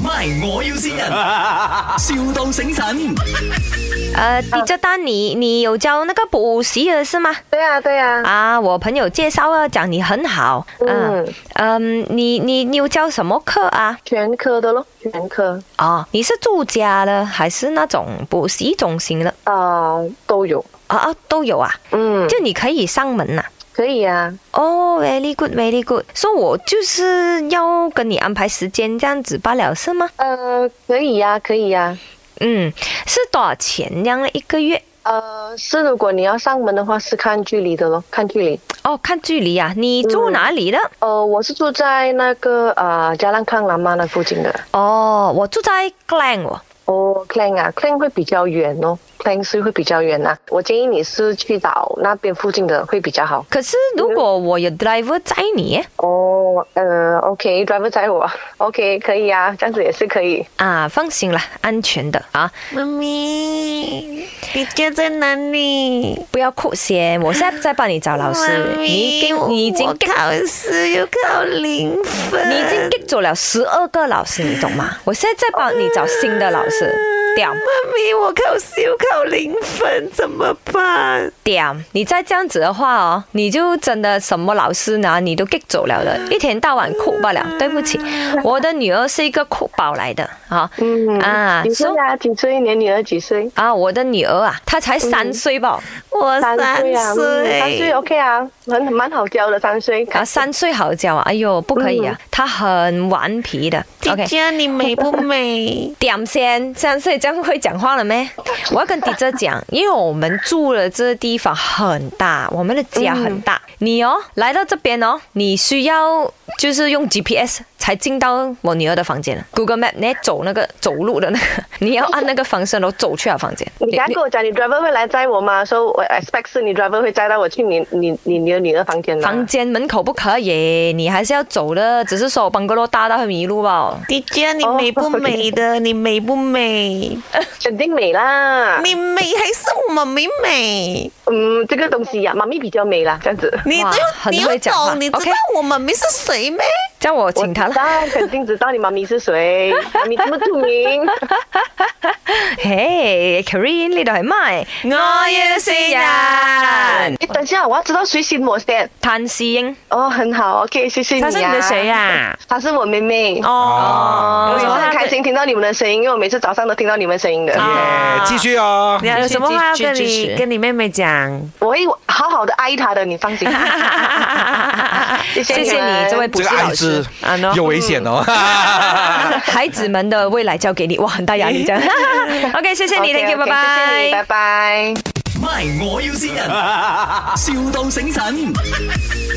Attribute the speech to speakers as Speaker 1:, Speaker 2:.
Speaker 1: ，MY 我要先人，,笑到醒神。
Speaker 2: 呃，你这单你你有教那个补习的是吗？
Speaker 3: 对啊，对啊，
Speaker 2: 啊，我朋友介绍啊，讲你很好。嗯
Speaker 3: 嗯，
Speaker 2: 嗯，你你你有教什么课啊？
Speaker 3: 全科的咯，全科
Speaker 2: 哦，你是住家的还是那种补习中心的？
Speaker 3: 啊、都有，
Speaker 2: 啊啊，都有啊，
Speaker 3: 嗯，
Speaker 2: 就你可以上门呐、
Speaker 3: 可以啊，
Speaker 2: 哦、v e r y good，very good。所以我就是要跟你安排时间这样子罢了，是吗？
Speaker 3: 呃，可以呀、可以呀、
Speaker 2: 嗯，是多少钱这样的一个月？
Speaker 3: 呃，是如果你要上门的话，是看距离的咯，看距离。
Speaker 2: 哦，看距离啊，你住哪里的？
Speaker 3: 呃，我是住在那个啊、加兰康喇嘛那附近的。
Speaker 2: 哦，我住在 Glen 哦。
Speaker 3: 哦 c l a n 啊 c l a n 会比较远哦 c l a n 是会比较远呐、啊我建议你是去找那边附近的会比较好。
Speaker 2: 可是如果我有 driver 载你
Speaker 3: 哦，呃，OK，driver 载我，OK，可以啊，这样子也是可以。
Speaker 2: 啊，放心啦，安全的啊，
Speaker 4: 妈咪，你家在哪里？
Speaker 2: 不要哭先，我现在在帮你找老师
Speaker 4: 妈。咪
Speaker 2: 你已经你已经
Speaker 4: 我
Speaker 2: 激
Speaker 4: 考试又考零分，
Speaker 2: 你已经激走了十二个老师，你懂吗？我现在在帮你找新的老师。屌
Speaker 4: 妈咪，我考试又考零分，怎么办？
Speaker 2: 屌，你再这样子的话哦，你就真的什么老师呢，你都激走了的，一天到晚哭不了。对不起，我的女儿是一个哭宝来的啊。
Speaker 3: 嗯
Speaker 2: 啊
Speaker 3: 几岁
Speaker 2: ，so-
Speaker 3: 啊？几岁？你的女儿几岁？
Speaker 2: 啊，我的女儿啊，她才三岁吧，
Speaker 4: 我
Speaker 3: 三
Speaker 4: 三
Speaker 3: 岁啊，嗯三岁
Speaker 4: 岁，
Speaker 3: OK 啊，很蛮好教的，三岁。
Speaker 2: 啊，三岁好教啊，哎呦，不可以啊，她很顽皮的。
Speaker 4: 嗯姐
Speaker 2: OK，
Speaker 4: 姐你美不 美？
Speaker 2: 点先，三岁这样会讲话了 没？我要跟迪哲讲，因为我们住的这个地方很大，我们的家很大。
Speaker 4: 嗯
Speaker 2: 你哦，来到这边哦，你需要就是用 GPS 才进到我女儿的房间。Google 啊 Map，你走那个走路的那个， 你要按那个方向，然后走去她房间。
Speaker 3: 你刚刚跟我讲，你 driver 会来载我吗？说我 expect 是你 driver 会载到我去你你你你的女儿房间吗？
Speaker 2: 房间门口不可以，你还是要走的，只是说我帮哥罗搭到会迷路吧。
Speaker 4: 姐姐
Speaker 3: 哦
Speaker 4: 你美不美的？你美不美？
Speaker 2: 啊
Speaker 3: 肯定美啦。
Speaker 4: 你美还是我没美？
Speaker 3: 嗯，这个东西呀、妈咪比较美啦，这样子。
Speaker 4: 你
Speaker 2: 哇
Speaker 4: 都
Speaker 2: 很
Speaker 4: 你
Speaker 2: 会
Speaker 4: 又
Speaker 2: 讲话
Speaker 4: 懂，你知
Speaker 2: OK
Speaker 4: 道我妈咪是谁咩？
Speaker 2: 这样我
Speaker 3: 我
Speaker 2: 请他
Speaker 3: 知
Speaker 2: 了。
Speaker 3: 道，肯定知道你妈咪是 谁，妈咪这么著名。
Speaker 2: 嘿 k a r i n 呢度系咪？
Speaker 4: 我要先人
Speaker 3: 哎你等一下，我要知道谁先我先。
Speaker 2: 谭诗英。
Speaker 3: 哦，很好，OK，谢谢你、啊。
Speaker 4: 她是你的谁呀？
Speaker 3: 她是我妹妹。
Speaker 4: 哦，
Speaker 3: 哦，
Speaker 2: 哦
Speaker 3: 我
Speaker 4: 有
Speaker 3: 很开心听到你们的声音，因为我每次早上都听到你们声音的。
Speaker 4: 啊
Speaker 5: 耶，继续哦
Speaker 4: 你。有什么话要跟
Speaker 2: 支支支
Speaker 4: 你
Speaker 2: 持
Speaker 4: 跟你妹妹讲？
Speaker 3: 我会好好的爱她的，你 放心。 谢谢
Speaker 2: 谢
Speaker 3: 你
Speaker 2: 谢
Speaker 3: 们
Speaker 2: 你这位补
Speaker 5: 这
Speaker 2: 习
Speaker 5: 个艾
Speaker 2: 老
Speaker 5: 滋
Speaker 2: 师，嗯
Speaker 4: 啊喏
Speaker 5: 有危险哦。
Speaker 2: 孩子们的未来交给你，哇，很大压力这样。OK，谢 谢你
Speaker 3: OK，OK，
Speaker 2: ，Thank you，拜
Speaker 3: 谢谢你，
Speaker 2: 拜
Speaker 3: 拜。拜。
Speaker 1: MY 我要先人，,笑到醒神。